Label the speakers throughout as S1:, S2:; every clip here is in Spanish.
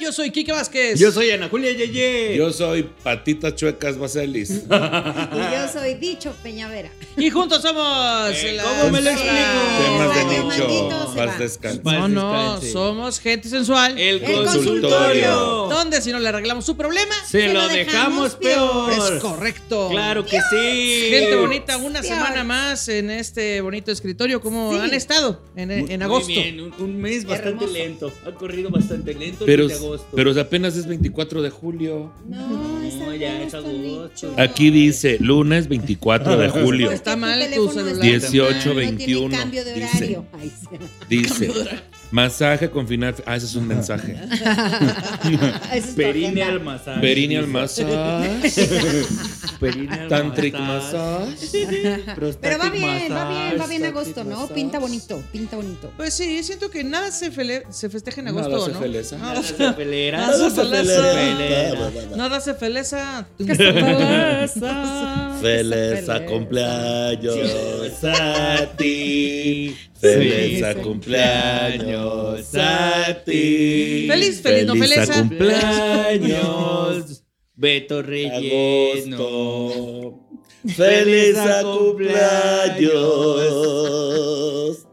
S1: Yo soy Kike Vázquez.
S2: Yo soy Ana Julia Yeye.
S3: Yo soy Patitas Chuecas Baselis.
S4: Y yo soy Dicho Peñavera.
S1: Y juntos somos.
S2: Eh,
S1: las-
S2: ¿cómo me lo explico?
S3: Temas de
S4: Bueno, maldito
S3: nicho.
S4: se
S3: Paz
S4: va.
S3: descanso.
S2: Paz
S1: No, no,
S2: descanse.
S1: somos gente sensual.
S2: El
S4: El
S2: consultorio.
S1: Donde si no le arreglamos su problema,
S2: Se lo dejamos peor.
S1: es correcto.
S2: Claro que sí.
S1: Gente bonita, una
S4: Dios.
S1: semana más en este bonito escritorio. ¿Cómo
S4: Sí.
S1: han estado en, en
S2: Muy
S1: agosto?
S2: bien, un, un mes bastante
S4: Hermoso.
S2: lento. Ha corrido bastante lento
S3: Pero,
S2: desde agosto.
S3: pero apenas es 24 de julio.
S4: No, es
S2: No, ya es
S4: agosto,
S2: agosto.
S4: Nicho.
S3: Aquí dice lunes 24 de julio.
S4: Porque
S1: Está mal tu
S4: teléfono
S1: celular.
S4: está mal,
S3: 18,
S4: No
S3: 21,
S4: tiene cambio de
S3: dice.
S4: horario. Ay, sí.
S3: Dice masaje con final. Ah, ese es un mensaje.
S4: Eso es
S2: Perine
S4: tu
S2: al
S4: agenda.
S2: masaje.
S3: Perineal massage.
S2: Perine al
S3: Tantric
S2: masaje.
S3: massage.
S4: Pero va bien, va
S2: massage,
S4: bien, va bien
S2: prostate
S4: agosto, ¿no?
S3: massage.
S4: Pinta bonito, pinta bonito.
S1: Pues sí, siento que nada se, fele- se festeja en
S3: Nada
S1: agosto,
S3: se
S1: ¿no?
S3: feleza.
S1: Nada,
S2: Nada se pelera.
S1: Nada se
S2: pelera.
S1: nada se feleza. Que se feleza.
S3: Feliz
S4: Feliz.
S3: a cumpleaños a ti.
S2: Feliz
S3: Feliz a cumpleaños a ti.
S1: Feliz, feliz, no
S3: a
S1: feleza.
S3: cumpleaños.
S2: Cumpleaños. Beto Relleno.
S3: Agosto. Feliz a cumpleaños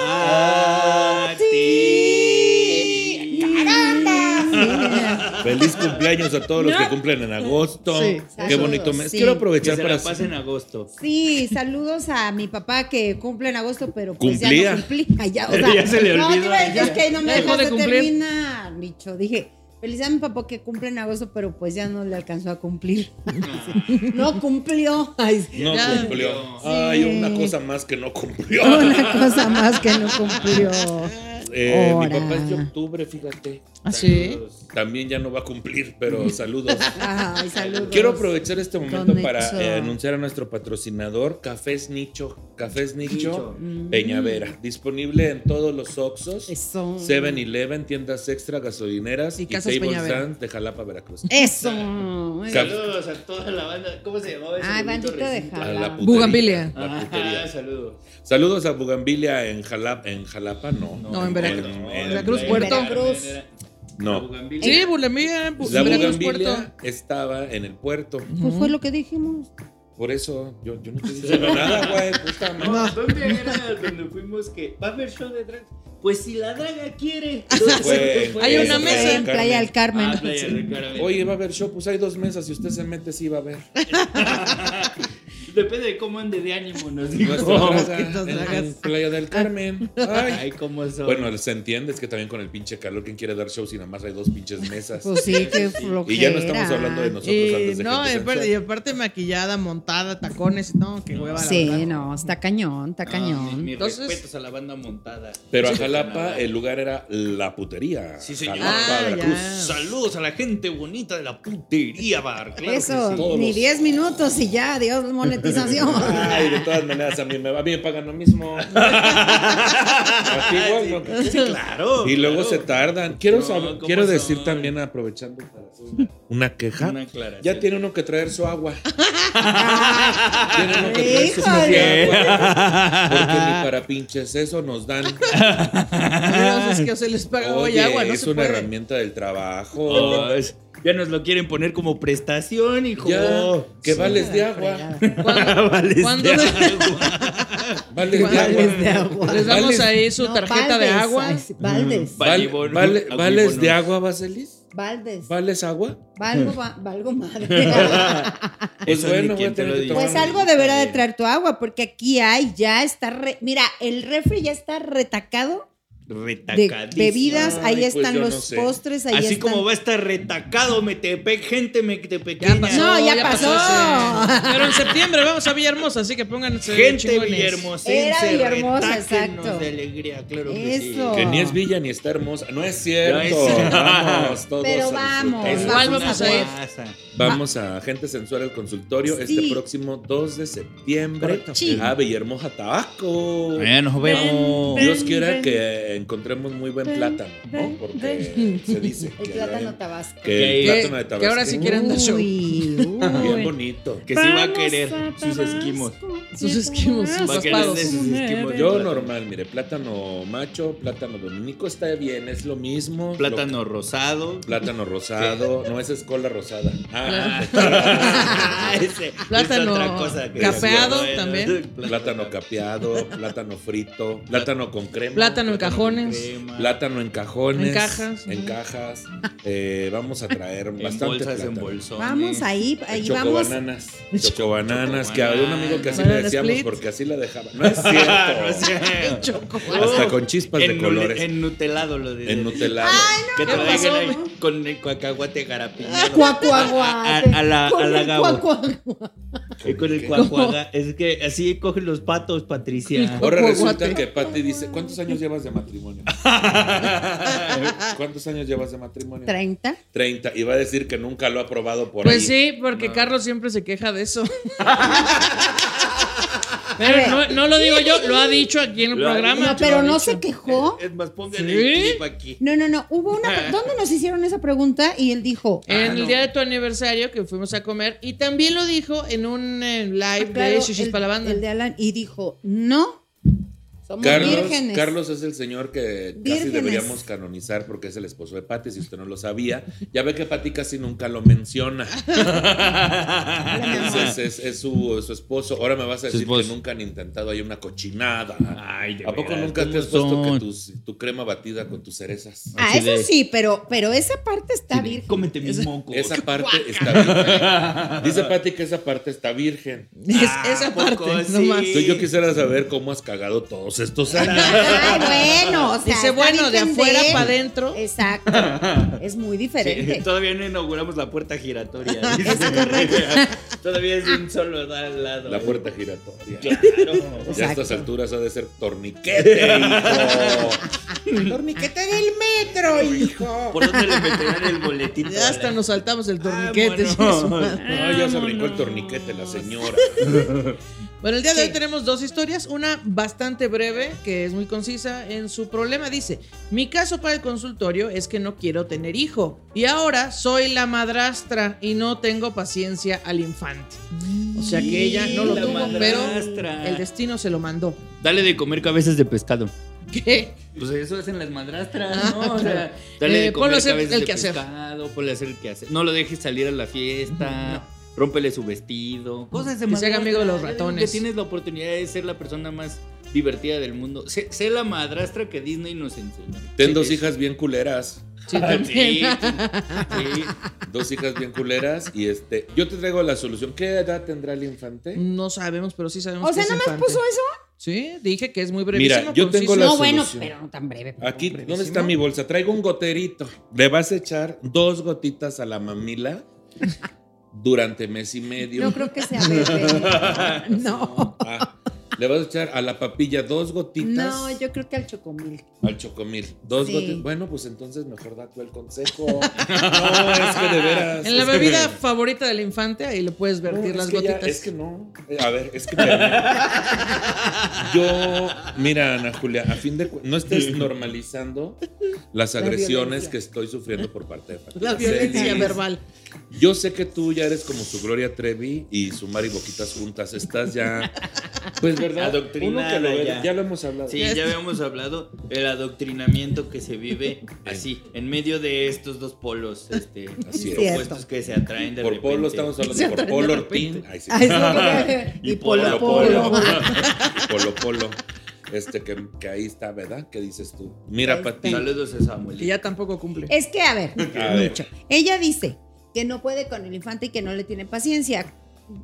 S3: a ti.
S4: ¡Caramba!
S3: Feliz cumpleaños a todos los que cumplen en agosto.
S1: Sí.
S3: Qué
S4: Saludos.
S3: bonito mes.
S4: Sí.
S3: Quiero
S2: Que
S3: aprovechar
S2: se
S3: para
S2: la pase en agosto.
S4: Sí, saludos a mi papá que cumple en agosto, pero pues
S3: Cumplía.
S4: ya no cumplía. Ya, o sea,
S2: Ya se le
S4: no,
S2: olvidó.
S4: te iba a decir que no me
S1: Dejó de
S4: dejaste
S1: cumplir.
S4: terminar, Nicho. Dije, felicidad a mi papá que cumple en agosto, pero pues ya no le alcanzó a cumplir. No cumplió. Ay, sí.
S3: No
S1: Ya.
S3: cumplió.
S2: Sí.
S3: Hay una cosa más que no cumplió.
S4: Una cosa más que no cumplió.
S3: Eh, mi
S4: Ora.
S3: papá es de octubre, fíjate.
S1: ¿Ah, sí?
S3: También ya no va a cumplir, pero saludos.
S4: Ay, saludos.
S3: Quiero aprovechar este momento
S4: Con
S3: para
S4: Nexo.
S3: eh, anunciar a nuestro patrocinador, Cafés Nicho. Cafés Nicho,
S1: Mm.
S3: Peñavera. Disponible en todos los Oxxos,
S4: Eso.
S3: 7-Eleven, tiendas extra, gasolineras
S1: Y
S3: y,
S1: Casas
S3: Table
S1: Peñavera.
S3: Sands de Jalapa, Veracruz.
S4: Eso.
S3: Cap-
S2: Saludos a toda la banda. ¿Cómo se llamaba ese
S1: Ah,
S4: Ay,
S2: bonito
S4: bandito de
S2: recinto?
S4: Jalapa.
S3: A la putería,
S1: Bugambilia.
S3: la
S2: Ajá, Ah,
S3: putería.
S2: saludos.
S3: Saludos a Bugambilia en Jalapa. ¿En Jalapa? No.
S1: No, en Veracruz.
S3: En-
S1: En
S3: en
S1: Veracruz, Puerto.
S4: Veracruz.
S2: La
S3: No.
S2: Bugambilia.
S1: Sí, pues, Bugambilia. Bu-
S3: La
S1: Veracruz
S3: Bugambilia
S1: Puerto.
S3: estaba en el puerto.
S4: Pues fue lo que dijimos.
S3: Por eso, yo, yo no estoy diciendo nada, güey. pues, puta madre.
S2: No, ¿Dónde era donde fuimos que va a haber show de drag? Pues si la draga quiere. Entonces,
S3: Güey,
S2: fue-
S1: Hay una
S3: Pues,
S1: mesa.
S3: eso, güey,
S4: en Playa del Carmen.
S2: Ah, Playa del Carmen.
S3: Oye, va a haber show, pues hay dos mesas. Si usted se mete, sí va a haber.
S2: Depende de cómo ande de ánimo, nos dijo.
S3: Nuestra draga
S1: estas
S3: en
S1: dragas.
S3: Playa del Carmen. Ay.
S2: Ay, cómo son.
S3: Bueno, se entiende, es que también con el pinche calor, ¿quién quiere dar show si nada más hay dos pinches mesas?
S4: Pues sí, qué
S2: Y ya
S4: flojera.
S3: Y ya no estamos hablando de nosotros
S1: Y
S3: antes de
S1: Eh, no,
S3: gente
S1: y aparte, y
S3: sensual.
S1: aparte maquillada, montada, tacones, no, que hueva. la verdad.
S4: Sí, no, está cañón, está
S2: Ah, mi-
S4: cañón.
S2: mis
S1: Entonces-
S2: respetos a la banda montada.
S3: Pero a
S2: Sí,
S3: Jalapa
S2: nada.
S3: el lugar era la putería.
S2: Sí, señor.
S3: Jalapa,
S1: Ah,
S3: Veracruz.
S1: ya.
S2: Saludos a la gente bonita de la putería bar. Claro
S4: Eso,
S2: Que sí.
S3: todos.
S4: ni 10 minutos y ya, Dios, monetización.
S3: Ay, de todas maneras, a mí me, a mí me pagan lo mismo. A ti igual, ¿no?
S2: Sí, claro.
S3: Y luego
S2: claro.
S3: se tardan. Quiero,
S2: No,
S3: saber-
S2: ¿cómo
S3: quiero decir
S2: son?
S3: también, aprovechando para hacer una, una queja.
S2: Una aclaración.
S3: ya tiene uno que traer su agua. tiene uno que traer su
S4: Híjole.
S3: propia agua. Porque ni para pinches eso nos dan.
S1: Dios, pues, es que se les paga hoy
S3: Oye,
S1: agua, no
S3: es
S1: se
S3: una
S1: puede.
S3: herramienta del trabajo.
S2: Oh, es- ya nos lo quieren poner como prestación, hijo.
S3: Ya, que vales de agua.
S4: Fregada.
S1: ¿Cuándo-
S2: Vales de
S1: cuándo-
S3: Vales de agua.
S4: Vales de agua.
S1: Les damos
S3: Vales-
S1: ahí su
S4: No,
S1: tarjeta de
S4: Valdes,
S1: agua.
S4: ay, sí, Valdes,
S2: Mm, Va-
S3: val-
S2: Valibón,
S3: vale-
S2: aguibonos.
S3: ¿Vales de agua, Vaselis?
S4: Valdes,
S3: ¿Vales agua?
S4: valgo, va- valgo madre.
S3: Pues
S2: Eso
S3: bueno,
S2: ni quien
S3: voy a
S2: te lo
S3: tener que
S2: diga.
S3: tomar
S4: Pues algo deberá de traer tu agua, porque aquí hay, ya está, re- mira, el refri ya está retacado de
S2: Retacadísimo.
S4: bebidas,
S3: Ay,
S4: ahí
S3: pues
S4: están
S3: yo no
S4: los
S3: sé.
S4: postres, ahí
S2: Así
S4: están.
S2: como va a estar retacado Metepec, gente Metepequeña.
S4: pasó. No, ya pasó.
S1: sí. Pero en septiembre vamos a Villahermosa, así que pónganse
S2: Gente
S1: chingones.
S2: Villahermosense.
S4: Era Villahermosa,
S2: retáquenos
S4: exacto.
S2: de alegría, claro que sí.
S4: Eso.
S3: Que ni es villa ni está hermosa. No es
S2: No
S3: cierto.
S2: es cierto.
S3: Vamos, todos.
S4: Pero
S3: a
S4: vamos,
S3: disfrutar.
S1: Igual
S2: una
S1: vamos a ir.
S2: guasa.
S3: Vamos a Gente Sensual al consultorio
S4: Sí.
S3: este próximo 2 de septiembre
S1: Correcto. Sí.
S3: a Villahermosa Tabaco.
S2: Mañana nos vemos.
S3: Dios quiera que eh, encontremos muy buen plátano, ¿no? Porque
S4: ven.
S3: se dice
S4: El
S3: que,
S4: plátano tabasco.
S3: que el
S2: Que-
S3: plátano de
S1: que
S3: Tabasco.
S1: ahora sí quieren dar show.
S4: Uy,
S3: Bien
S4: uy.
S3: bonito.
S2: Que sí va a querer sus esquimos.
S1: Sus esquimos,
S2: Va a
S1: los
S2: querer
S1: pavos.
S2: de sus esquimos.
S3: Uh, Yo normal, mire, plátano macho, plátano dominico está bien, es lo mismo. Lo-
S2: Plátano rosado.
S3: plátano rosado, no esa es cola rosada. Ah,
S2: Ah, ese es
S1: Plátano
S2: otra cosa que-
S1: cafeado
S2: Bueno,
S1: también.
S3: plátano capeado, plátano frito, plátano con crema.
S1: Plátano en
S2: con
S1: cajones.
S2: crema,
S3: Plátano en cajones.
S1: En cajas.
S3: En cajas. Eh, vamos a traer
S2: en
S3: bastante
S2: bolsas, en
S3: plátano.
S2: bolsones.
S4: Vamos ahí, ahí vamos.
S3: Chocobananas. Chocobananas. Que había un amigo que así
S1: Banana
S3: le decíamos
S1: split.
S3: porque así la dejaba. No es cierto.
S2: Ah, No es cierto.
S3: Hasta con chispas de
S2: en, nule-
S3: colores. En,
S2: en nutelado lo de.
S3: nutelado.
S2: Que
S1: ¿Qué
S2: traigan
S1: pasó? Ah,
S2: ahí con el cacahuate garapiñado. A- a-
S4: Cuacuaguate.
S2: a la-
S4: Con
S2: a la
S4: el
S2: Gabo.
S4: cuacuaguate.
S2: Y con el
S3: ¿Qué?
S2: cuacuaga. Es que así cogen los patos, Patricia.
S1: Por-
S3: Ahora resulta
S1: Guaguate.
S3: que Patti dice, ¿cuántos años llevas de matrimonio? ¿Cuántos años llevas de matrimonio?
S4: 30.
S3: 30. Y va a decir que nunca lo ha probado por
S1: Pues
S3: ahí.
S1: sí, porque Carlos siempre se queja de eso.
S4: A
S1: Pero
S4: ver.
S1: no, no lo digo yo, lo ha dicho aquí en el
S2: Lo ha
S1: programa.
S4: No, pero no se quejó.
S2: Es más, pongan
S1: ¿Sí?
S2: el clip aquí.
S4: No, no, no. Hubo una. ¿Dónde nos hicieron esa pregunta? Y él dijo.
S1: En
S2: Ah,
S1: el
S2: no.
S1: día de tu aniversario que fuimos a comer y también lo dijo en un eh, live
S4: Ah, claro,
S1: de Shishis
S4: el-
S1: para la banda.
S4: el de Alan. Y dijo, no. Somos
S3: Carlos,
S4: vírgenes.
S3: Carlos es el señor que casi
S4: Vírgenes.
S3: deberíamos canonizar porque es el esposo de Patti, si usted no lo sabía. Ya ve que Patti casi nunca lo menciona. Entonces es, es su, su esposo. Ahora me vas a
S2: Su
S3: decir que
S2: esposo.
S3: nunca han intentado ahí una cochinada.
S2: Ay, de
S3: ¿A poco
S2: veras,
S3: nunca
S2: ¿cómo
S3: te has puesto que
S2: son?
S3: tus- tu crema batida con tus cerezas?
S4: Ah,
S2: Así
S4: eso
S2: de-
S4: sí, pero, pero esa parte está
S2: Sí,
S4: virgen.
S2: Cómete mis
S4: Eso-
S2: mocos.
S3: Esa parte está virgen. Dice Patti que esa parte está virgen.
S1: Es-
S2: Ah,
S1: esa
S2: poco
S1: parte,
S2: sí.
S1: no más.
S3: Entonces yo quisiera saber cómo has cagado todos estos años.
S4: Ay, bueno, o sea,
S1: Dice,
S4: está
S1: bueno, de
S4: virgen
S1: afuera
S4: de-
S1: para adentro.
S2: Ah,
S4: Exacto. Es muy diferente.
S2: Sí, todavía no inauguramos la puerta giratoria. todavía es un solo al lado.
S3: La puerta giratoria.
S2: Claro.
S3: Ya a estas
S4: Exacto.
S3: alturas ha de ser torniquete, hijo.
S4: Torniquete del metro, hijo.
S2: ¿Por dónde le meterán el boletito?
S1: Ya hasta nos saltamos
S2: Ah,
S1: el torniquete.
S2: torniquetes.
S1: chingue su madre.
S3: No, ya se brincó el torniquete la señora.
S1: Bueno, el día de
S4: Sí.
S1: hoy tenemos dos historias. Una bastante breve, que es muy concisa. En su problema dice: Mi caso para el consultorio es que no quiero tener hijo. Y ahora soy la madrastra y no tengo paciencia al infante. O sea que ella no lo
S2: La
S1: tuvo, pero
S2: madrastra.
S1: el destino se lo mandó.
S2: Dale de comer cabezas de pescado.
S1: ¿Qué?
S2: Pues eso hacen las madrastras, ¿no? O sea,
S1: Ah, claro.
S2: dale
S1: Eh,
S2: de comer
S1: ponlo a hacer
S2: cabezas
S1: el
S2: de
S1: quehacer.
S2: pescado, ponle a hacer el quehacer. No lo dejes salir a la fiesta, rómpele su vestido. Cosas de
S1: Que se haga
S2: madrastra.
S1: amigo de los
S2: Ya
S1: ratones.
S2: Que tienes la oportunidad de ser la persona más divertida del mundo. Sé, sé la madrastra que Disney nos enseñó.
S3: Ten dos
S2: Sí,
S3: hijas bien culeras.
S1: Sí,
S2: Sí,
S1: también.
S2: sí.
S3: Dos hijas bien culeras. Y este, yo te traigo la solución. ¿Qué edad tendrá el
S4: Mm,
S3: infante?
S1: No sabemos, pero sí sabemos.
S4: O sea,
S1: que es
S4: ¿no más
S1: infante.
S4: puso eso?
S1: Sí, dije que es muy brevísimo.
S3: Mira, yo tengo
S1: conciso.
S3: la
S4: No, bueno,
S3: solución.
S4: pero no tan breve. pero
S3: Aquí,
S4: brevísimo.
S3: ¿dónde está mi bolsa? Traigo un goterito. Le vas a echar dos gotitas a la mamila durante mes y medio.
S4: No creo que sea breve. No.
S3: Ah, le vas a echar a la papilla dos gotitas.
S4: No, yo creo que al chocomil.
S3: Al chocomil. Dos
S4: Sí.
S3: gotitas. Bueno, pues entonces mejor da tú el consejo. No, es que de veras.
S1: En la
S3: es que-
S1: bebida favorita del infante, ahí le puedes
S3: No,
S1: vertir
S3: es
S1: las
S3: que ya-
S1: gotitas.
S3: es que no. Eh, A ver, es que. me- Yo, mira, Ana Julia, a fin de cu- no estés normalizando las agresiones
S4: violencia.
S3: que estoy sufriendo por parte de Patricia.
S1: La violencia
S3: Sí.
S1: verbal.
S3: Yo sé que tú ya eres como su Gloria Trevi y su Mari Boquitas juntas. Estás ya. Pues, ¿verdad?
S2: Adoctrinada
S3: Uno que lo ve-
S2: ya.
S3: ya lo hemos hablado.
S2: Sí, ya habíamos hablado del adoctrinamiento que se vive así, en medio de estos dos polos este,
S3: Así es.
S2: opuestos que se atraen de
S3: por
S2: repente.
S3: Polo estamos
S1: Se
S3: hablando, por
S1: atraen
S3: Polo
S1: de repente.
S3: Ortín. Ay, sí.
S4: Ay, sí, porque-
S2: Y
S4: y polo
S3: Polo
S4: polo.
S3: Polo Polo. Este que, que ahí está, ¿verdad? ¿Qué dices tú? Mira,
S4: Ahí
S3: Pati.
S2: Saludos a Samuel.
S1: Que ya tampoco cumple.
S4: Es que, a ver,
S3: A ver.
S4: mucho. Ella dice que no puede con el infante y que no le tiene paciencia.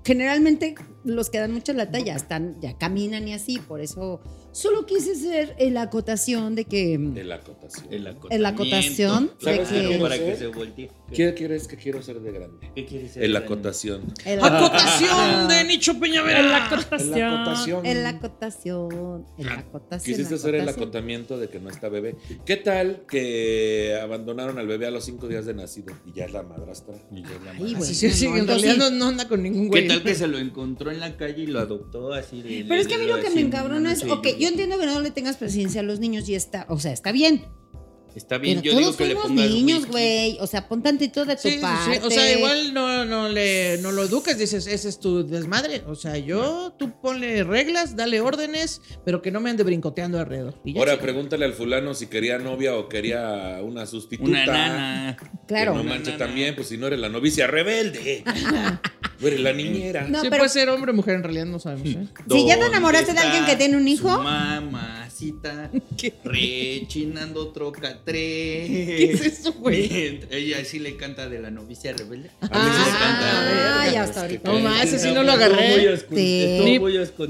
S4: Generalmente los que dan mucha lata ya están, ya caminan y así, por eso solo quise hacer eh, la acotación de que mm,
S3: De la acotación.
S2: El
S4: El acotación
S2: acotamiento, claro,
S3: de que-
S2: pero para que se voltee.
S3: ¿Qué quieres que quiero ser de grande?
S2: ¿Qué quieres hacer?
S3: El acotación.
S4: el- Ah.
S1: Acotación de Nicho Peñavera.
S3: El acotación.
S4: el acotación, el acotación.
S3: Quisiste hacer el
S4: acotación.
S3: acotamiento de que no está bebé. ¿Qué tal que abandonaron al bebé a los cinco días de nacido? Y ya es la madrastra. Y ya es la
S4: Ay,
S3: madrastra.
S4: güey.
S1: Ah, Sí, sí, sí,
S4: No,
S1: en
S4: entonces
S1: realidad
S4: sí.
S1: no, no anda con ningún
S2: ¿Qué
S1: güey.
S2: tal que se lo encontró en la calle y lo adoptó así? de-
S4: Pero es que a mí
S2: le
S4: lo que
S2: dio
S4: me
S2: así
S4: encabrona
S2: una
S4: es,
S2: noche
S4: ok,
S2: de
S4: yo yo entiendo que no le tengas paciencia a los niños y está, o sea, está bien.
S2: Está bien,
S4: pero
S2: yo digo
S4: todos
S2: que le
S4: somos
S2: pongas
S4: niños,
S2: whisky.
S4: güey. O sea, pon tantito de tu
S1: Sí, sí, sí.
S4: parte.
S1: O sea, igual no, no, le, no lo educas, dices, ese es tu desmadre. O sea, yo, tú ponle reglas, dale órdenes, pero que no me ande brincoteando alrededor. Y ya.
S3: Ahora pregúntale al fulano si quería novia o quería una sustituta.
S2: Una nana.
S4: Claro.
S3: Que no
S2: Una
S3: manches
S2: nana.
S3: también, pues si no eres la novicia rebelde. no eres la niñera.
S4: No,
S1: sí,
S4: pero-
S1: puede ser hombre o mujer, en realidad no sabemos. ¿eh?
S4: Si ya te
S2: ¿Dónde
S4: enamoraste de alguien
S2: está
S4: que tiene un hijo?
S2: su Mamacita. Rechinando trocatré.
S1: ¿Qué es eso, güey?
S2: Ella sí le canta de la novicia rebelde.
S4: Ah, ya hasta ahorita.
S1: No más, ese sí no lo agarré. Ni-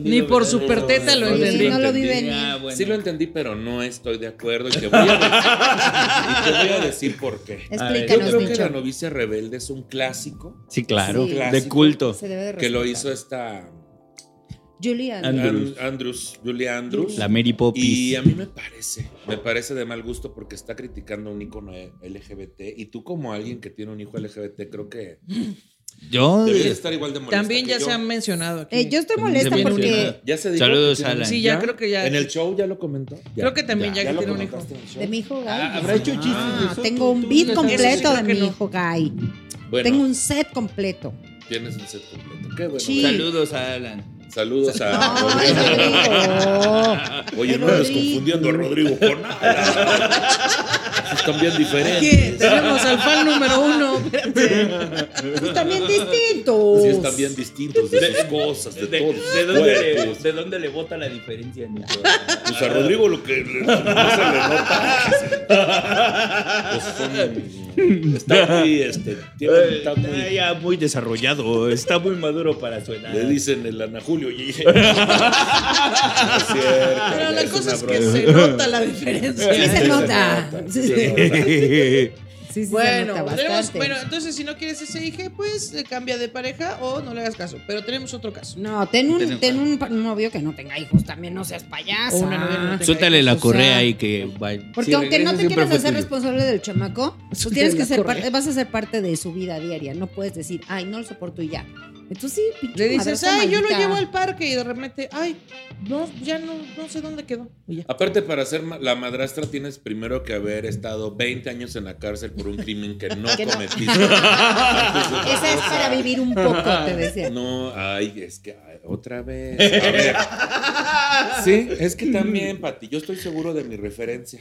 S1: ni por super teta lo
S4: entendí. no lo vi venir.
S2: Ah, bueno.
S3: Sí lo entendí, pero no estoy de acuerdo y te voy a decir, y te voy a decir por qué. Yo
S4: Explícanos,
S3: creo que
S4: Micho.
S3: la novicia rebelde es un clásico
S5: Sí, claro.
S4: Sí.
S5: De culto.
S4: Se debe de
S3: que lo hizo
S4: respetar.
S3: esta
S4: Julian.
S5: And- Andrews.
S3: An- Andrews, Julie Andrews.
S5: La Mary Poppins.
S3: Y a mí me parece, me parece de mal gusto porque está criticando a un icono LGBT y tú como alguien que tiene un hijo LGBT creo que
S5: Yo.
S3: debería estar igual de molesta
S1: También
S3: que
S1: ya
S3: yo.
S1: se han mencionado aquí.
S4: Eh, yo estoy molesta
S1: También
S4: porque.
S5: una-
S3: Ya se dijo
S5: Saludos,
S3: que tiene-
S5: Alan.
S1: Sí, ya creo que ya-
S3: En el show ya lo comentó. Ya.
S1: Creo que también ya que
S3: lo
S1: tiene un
S3: comentaste en el show.
S4: De mi hijo gay.
S5: habrá hecho chistes
S4: Ah,
S5: de eso,
S4: Tengo
S5: tú,
S4: un
S5: tú,
S4: beat
S5: eso sí
S4: completo
S1: creo
S4: de
S1: que
S4: mi
S1: no.
S4: hijo gay.
S3: Bueno,
S4: Tengo un set completo.
S3: tienes un set completo. Qué bueno.
S4: Sí.
S2: Saludos a Alan.
S3: Saludos a
S4: Ay,
S3: Rodrigo.
S4: Rodrigo.
S3: Oye,
S4: Ay,
S3: no eres
S4: Rodrigo.
S3: confundiendo a Rodrigo con nada. Están bien
S1: ¿Qué?
S3: diferentes.
S1: Eh, Tenemos al fan número uno.
S4: Pues también distintos.
S3: Sí, están bien distintos de sus cosas, de,
S2: ¿De,
S3: todo.
S2: de dónde le,
S3: Cuerpos.
S2: ¿De dónde le bota la diferencia? Nico?
S3: Pues a Rodrigo lo que le- no se le nota. Pues son- está muy, este, tiene- está
S2: Está
S3: muy,
S2: ya muy desarrollado, está muy maduro para su edad.
S3: le dicen el Ana Julio. Y, no es cierto,
S1: Pero
S3: ya
S1: la
S3: es
S1: cosa
S3: una
S1: es que
S3: broma.
S1: se nota la diferencia.
S4: Sí se nota.
S3: Sí se nota.
S4: Sí, sí, se
S1: Bueno,
S4: nota
S1: tenemos,
S4: bastante.
S1: bueno, entonces si no quieres ese dije, pues eh, cambia de pareja o no le hagas caso. Pero tenemos otro caso.
S4: No, ten un,
S2: Ten-
S4: ten un pa- novio que no tenga hijos también, no seas payaso.
S1: O una novia que no tenga
S5: Suéltale
S4: O
S5: la
S4: sea,
S5: correa y que vaya.
S4: Porque
S5: Si
S4: aunque no
S5: regresa,
S4: te
S5: siempre
S4: quieras
S5: fue
S4: hacer
S5: tuyo.
S4: responsable del chamaco, tú
S1: Suéltale
S4: tienes que
S1: la
S4: ser
S1: correa.
S4: parte, vas a ser parte de su vida diaria. No puedes decir, ay, no lo soporto y ya. Entonces sí, pinche
S1: Le dices,
S4: madrastra
S1: ay, yo lo
S4: maldita".
S1: llevo al parque y de repente, ay, no, ya no, no sé dónde quedó. Y ya.
S3: Aparte, para ser ma- la madrastra tienes primero que haber estado 20 años en la cárcel por un crimen que no
S4: Que no.
S3: cometiste.
S4: Esa es para vivir un poco, te decía.
S3: No, ay, es que ay, otra vez. A ver. Sí, es que también, Pati, yo estoy seguro de mi referencia.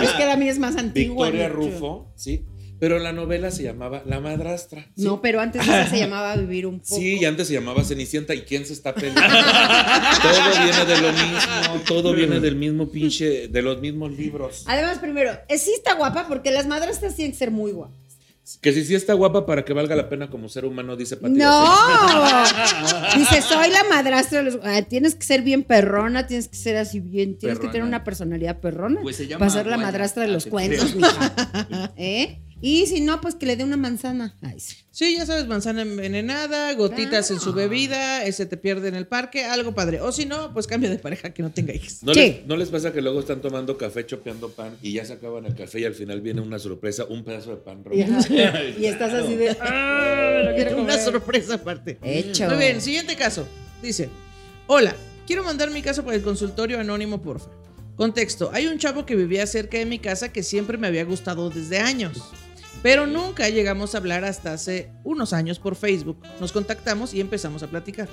S4: Es que la mía es más antigua.
S3: Victoria
S4: Nicho.
S3: Rufo, sí. Pero la novela se llamaba La Madrastra. ¿sí?
S4: No, pero antes esa se llamaba vivir un poco.
S3: Sí, y antes se llamaba Cenicienta. ¿Y quién se está peleando? todo viene de lo mismo, todo viene del mismo pinche, de los mismos libros.
S4: Además, primero, eh, sí está guapa porque las madrastras tienen que ser muy guapas.
S3: Que si sí está guapa para que valga la pena como ser humano, dice Pati.
S4: No,
S3: Baselis.
S4: dice, soy la madrastra. de los- Ah, tienes que ser bien perrona, tienes que ser así bien, tienes que
S2: Perrona.
S4: tener una personalidad perrona.
S2: Pues se llama
S4: para ser la
S2: Wanda.
S4: madrastra de
S2: Ah,
S4: los
S2: te
S4: cuentos, mija. ¿Eh? Y si no, pues que le dé una manzana. Ay, sí.
S1: Sí, ya sabes, manzana envenenada, gotitas en su
S4: Claro.
S1: bebida, ese te pierde en el parque, algo padre. O si no, pues cambia de pareja que no tenga hijos.
S3: ¿No,
S4: Sí.
S3: les, ¿No les pasa que luego están tomando café, chopeando pan y ya se acaban el café y al final viene una sorpresa, un pedazo de pan rojo?
S4: Y, y estás así de. "Ah, lo quiero
S1: Una
S4: comer".
S1: sorpresa aparte.
S4: Hecho.
S1: Muy bien, siguiente caso. Dice, hola, quiero mandar mi caso para el consultorio anónimo, porfa. Contexto, hay un chavo que vivía cerca de mi casa que siempre me había gustado desde años. Pero nunca llegamos a hablar hasta hace unos años por Facebook. Nos contactamos y empezamos a platicar.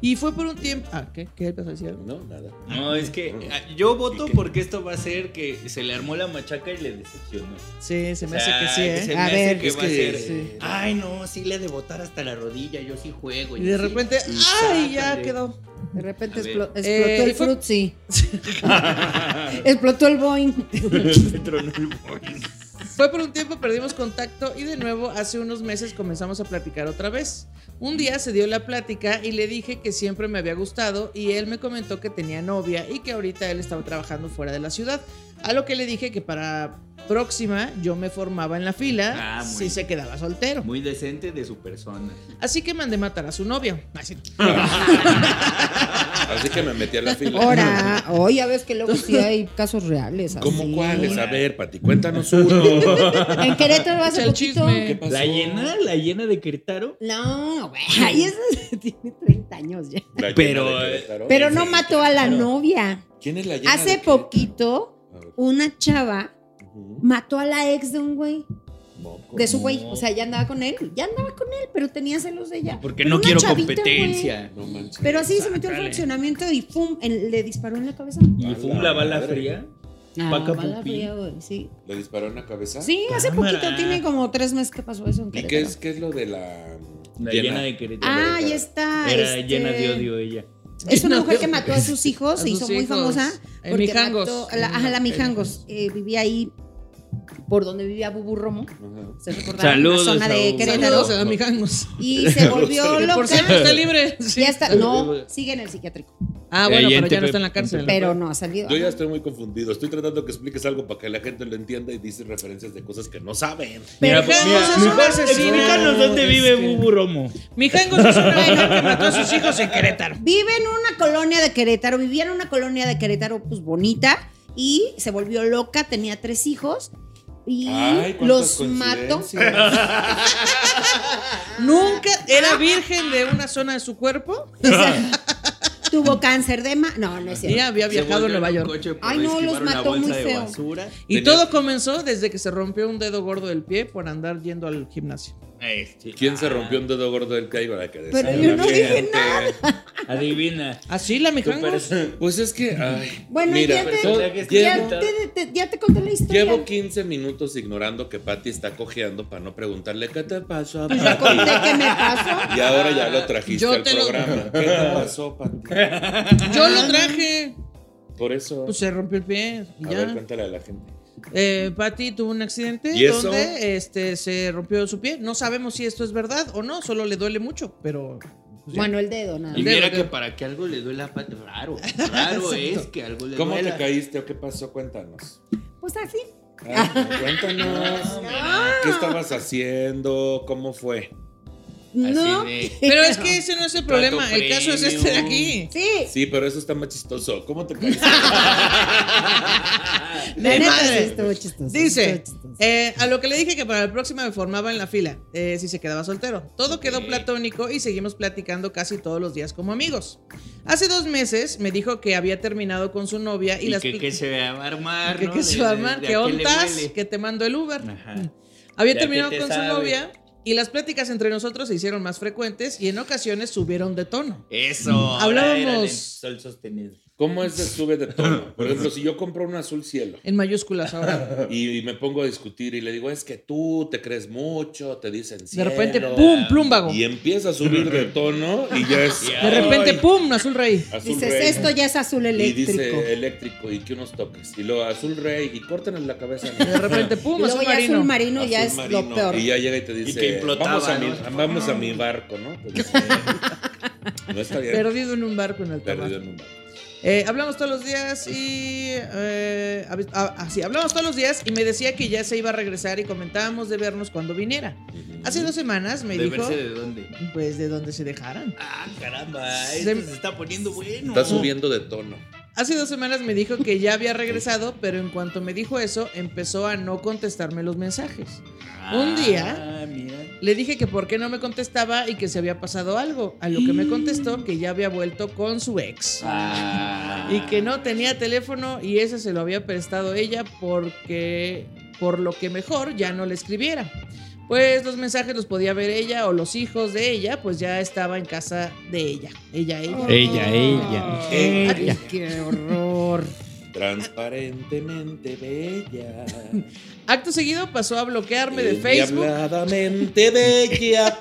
S1: Y fue por un tiempo... Ah, ¿qué? ¿Qué empezó a decir algo?
S3: No, nada.
S2: No, es que ah, yo voto porque esto va a ser que se le armó la machaca y le decepcionó.
S1: Sí, se me
S2: O sea,
S1: hace que sí, ¿eh?
S2: Se me
S4: A
S2: hace
S4: ver.
S2: que
S3: Es
S2: va
S3: que-
S2: a ser.
S3: sí.
S2: Ay, no, sí le he de botar hasta la rodilla, yo sí juego.
S1: Y
S2: yo
S1: de
S2: sí".
S1: repente,
S2: Y
S1: ¡ay! Ya
S2: sácale.
S1: quedó.
S4: De repente
S2: A ver.
S4: explo- explotó
S1: Eh, y
S4: el
S1: fue-
S4: frutzi. explotó el Boeing.
S2: Se tronó el boing.
S1: Fue por un tiempo, perdimos contacto y de nuevo hace unos meses comenzamos a platicar otra vez. Un día se dio la plática y le dije que siempre me había gustado y él me comentó que tenía novia y que ahorita él estaba trabajando fuera de la ciudad. A lo que le dije que para próxima yo me formaba en la fila
S2: Ah, muy
S1: si se quedaba soltero.
S2: Muy decente de su persona.
S1: Así que mandé matar a su novia. Así.
S2: Ah,
S3: Así que me metí a la fila.
S4: Ahora, hoy ya ves que luego sí hay casos reales.
S3: ¿Cómo
S4: así.
S3: cuáles? A ver, Pati, cuéntanos uno.
S4: En Querétaro hace
S1: Echa el
S4: poquito.
S1: chisme.
S3: ¿Qué pasó?
S2: ¿La llena? ¿La llena de Querétaro?
S4: No, güey, ahí es- tiene 30 años ya.
S3: La llena
S2: Pero, eh,
S3: de Querétaro.
S4: Pero no
S2: sí,
S4: mató a la
S2: claro.
S4: novia.
S3: ¿Quién es la llena de
S4: Hace
S3: qué?
S4: poquito,
S3: A ver,
S4: una chava
S3: ujú,
S4: mató a la ex de un güey.
S3: moco.
S4: De su güey. O sea, ya andaba con él. Ya andaba con él, pero tenía celos de ella.
S2: Porque
S4: Pero
S2: no
S4: una
S2: quiero
S4: chavita,
S2: competencia.
S3: No manches.
S4: Pero así se metió al
S5: Sácale.
S4: fraccionamiento y ¡pum! en- le disparó en la cabeza.
S3: A
S5: ¿Y fue
S3: la
S5: una bala
S3: madre.
S5: fría?
S4: Ah,
S5: Paca
S4: bala
S5: pupí.
S4: fría, güey, Sí,
S3: ¿Le disparó en la cabeza?
S4: Sí, hace
S2: Cámara.
S4: poquito, tiene como tres meses que pasó eso en
S3: ¿Y qué
S4: Querétaro.
S3: es, qué es lo de la
S5: La
S3: llena?
S5: llena de Querétaro.
S4: Ah, ya está.
S2: Era
S4: este,
S2: llena de odio ella.
S4: Es una
S1: Llena
S4: mujer
S1: de
S4: que
S1: odio.
S4: mató a sus
S1: A
S4: hijos, se
S1: sus
S4: hizo muy
S1: hijos.
S4: famosa.
S1: En
S4: porque
S1: Mijangos.
S4: mató a la, ajá, la Mijangos. eh, vivía ahí por donde vivía Bubu Romo.
S3: Ajá.
S4: Se recordará en la
S2: Saludos
S4: zona
S2: a
S4: de
S2: Bubu.
S4: Querétaro.
S1: Saludos a Mijangos.
S4: Y se volvió
S1: Que Por
S4: loca.
S1: cierto, está libre. Sí.
S4: Ya está. No, sigue en el psiquiátrico.
S1: Ah, bueno,
S2: Ahí en
S1: pero ya no
S2: Tepe-
S1: está en la cárcel.
S4: Pero no ha salido.
S3: Yo ya estoy muy confundido. Estoy tratando que expliques algo para que la gente lo entienda y dices referencias de cosas que no saben.
S1: Pero
S2: Mira,
S5: pues,
S1: Mijangos
S2: mira,
S1: es
S2: mejor
S1: un asesino.
S2: explícanos dónde
S1: Es
S2: vive
S4: este.
S1: que-
S2: Bubu Romo.
S1: Mijangos es una mujer que mató a sus hijos en Querétaro.
S4: Vive en una colonia de Querétaro, vivía en una colonia de Querétaro, pues bonita, y se volvió loca, tenía tres hijos. Y
S3: Ay, cuántas
S4: los mató.
S3: coincidencias.
S1: Nunca
S4: Ah.
S1: era virgen de una zona de su cuerpo
S4: O sea, tuvo cáncer de ma. No, no es
S1: y
S4: cierto.
S1: había viajado a Nueva York.
S4: Ay, no, los mató muy feo.
S1: Y
S3: Tenía-
S1: todo comenzó desde que se rompió un dedo gordo del pie por andar yendo al gimnasio.
S2: Este.
S3: ¿Quién se rompió un dedo gordo del caigo? La que
S4: Pero
S3: decía
S4: yo
S3: la
S4: no dije
S3: gente.
S2: Adivina.
S1: Así la
S2: Tu
S1: Mijangos.
S2: perso-
S3: Pues es que, ay.
S4: Bueno,
S3: mira,
S4: ya te-
S3: todo-
S2: ya te-
S3: llevo-
S4: Ya te, te- ya te conté la historia.
S3: Llevo 15 minutos ignorando que Patty está cojeando para no preguntarle qué te pasó a
S4: Pues ya conté
S3: Patty.
S4: que me pasó.
S3: Y ahora ya lo trajiste
S1: Yo
S3: al
S1: te lo-
S3: programa. ¿Qué te pasó, Patty?
S1: Yo
S3: Ah.
S1: lo traje.
S3: Por eso.
S1: Pues se rompió el pie y
S3: a
S1: ya.
S3: ver, cuéntale a la gente.
S1: Eh, Patty tuvo un accidente
S3: ¿Y eso?
S1: donde este, se rompió su pie. No sabemos si esto es verdad o no, solo le duele mucho, pero. pues, ya.
S4: Bueno, el dedo, nada.
S2: Y
S1: Dedo,
S2: mira
S1: dedo.
S2: que para que algo le duela a Pat- raro, raro es que algo le
S3: ¿Cómo te
S2: duela.
S3: caíste o qué pasó? Cuéntanos.
S4: Pues así.
S3: Ah, cuéntanos.
S2: Mira,
S3: ¿Qué estabas haciendo? ¿Cómo fue?
S4: No.
S2: así de-
S1: Pero es que ese no es el
S2: Trato
S1: problema. El caso es este de
S2: premium.
S1: aquí.
S4: Sí.
S3: Sí, pero eso está más chistoso. ¿Cómo te caíste?
S4: La
S1: De
S4: neta,
S1: madre.
S4: sí estuvo chistoso,
S1: Dice,
S4: estuvo chistoso.
S1: eh, a lo que le dije que para la próxima me formaba en la fila, eh, si se quedaba soltero. Todo quedó
S2: Ok.
S1: platónico y seguimos platicando casi todos los días como amigos. Hace dos meses me dijo que había terminado con su novia y,
S2: Y
S1: las
S2: que,
S1: pi-
S2: que se va a armar,
S1: que-
S2: ¿no?
S1: que
S2: De-
S1: se
S2: de-
S1: va a armar,
S2: de
S1: que
S2: a qué le
S1: ontas,
S2: huele.
S1: que te mando el Uber.
S2: Ajá.
S1: Había
S2: Ya que
S1: terminado
S2: te
S1: con
S2: sabe.
S1: su novia y las pláticas entre nosotros se hicieron más frecuentes y en ocasiones subieron de tono.
S2: Eso. ahora
S1: Hablábamos-
S2: eran en sol sostenido.
S3: ¿Cómo es de sube de tono? Por ejemplo, si yo compro un azul cielo
S1: En mayúsculas ahora.
S3: y, y me pongo a discutir y le digo, es que tú te crees mucho, te dicen
S1: De
S3: cielo.
S1: repente, ¡pum! Plumbago.
S3: Y empieza a subir de tono y ya es.
S1: De
S2: De
S1: repente,
S3: ¡ay!
S1: ¡pum! Azul Rey.
S3: Azul
S4: Dices,
S3: Rey.
S4: esto ya es azul eléctrico.
S3: Y dice eléctrico y que unos toques. Y luego azul rey y córtenle la cabeza.
S1: De repente,
S4: Y
S1: ¡pum!
S4: luego
S1: Azul
S4: ya
S1: marino.
S4: azul marino ya
S3: Azul
S4: es
S3: marino.
S4: lo peor.
S3: Y ya llega y te dice,
S2: que implotaba,
S3: vamos, a mi,
S2: ¿no?
S3: vamos a mi barco, ¿no? Pues, eh, no está bien.
S1: Perdido en un barco en el
S3: Perdido
S1: mar.
S3: en un barco.
S1: Eh, hablamos todos los días y. eh, hab- ah, ah, sí, hablamos todos los días y me decía que ya se iba a regresar y comentábamos de vernos cuando viniera. Hace dos semanas me
S2: ¿De
S1: dijo.
S2: verse de dónde?
S1: Pues de donde se dejaran.
S2: Ah, caramba,
S1: Se-
S2: esto se está poniendo bueno.
S3: Está subiendo de tono.
S1: Hace dos semanas me dijo que ya había regresado, pero en cuanto me dijo eso, empezó a no contestarme los mensajes. Un día-
S2: Ah, mira.
S1: Le dije que por qué no me contestaba y que se había pasado algo, a lo que me contestó que ya había vuelto con su ex.
S2: Ah.
S1: y que no tenía teléfono y ese se lo había prestado ella porque por lo que mejor ya no le escribiera. Pues los mensajes los podía ver ella o los hijos de ella, pues ya estaba en casa de ella. Ella, ella.
S5: Ella, ella.
S1: Ay, qué horror.
S3: Transparentemente bella.
S1: Acto seguido pasó a bloquearme de Facebook.
S3: Endiabladamente bella.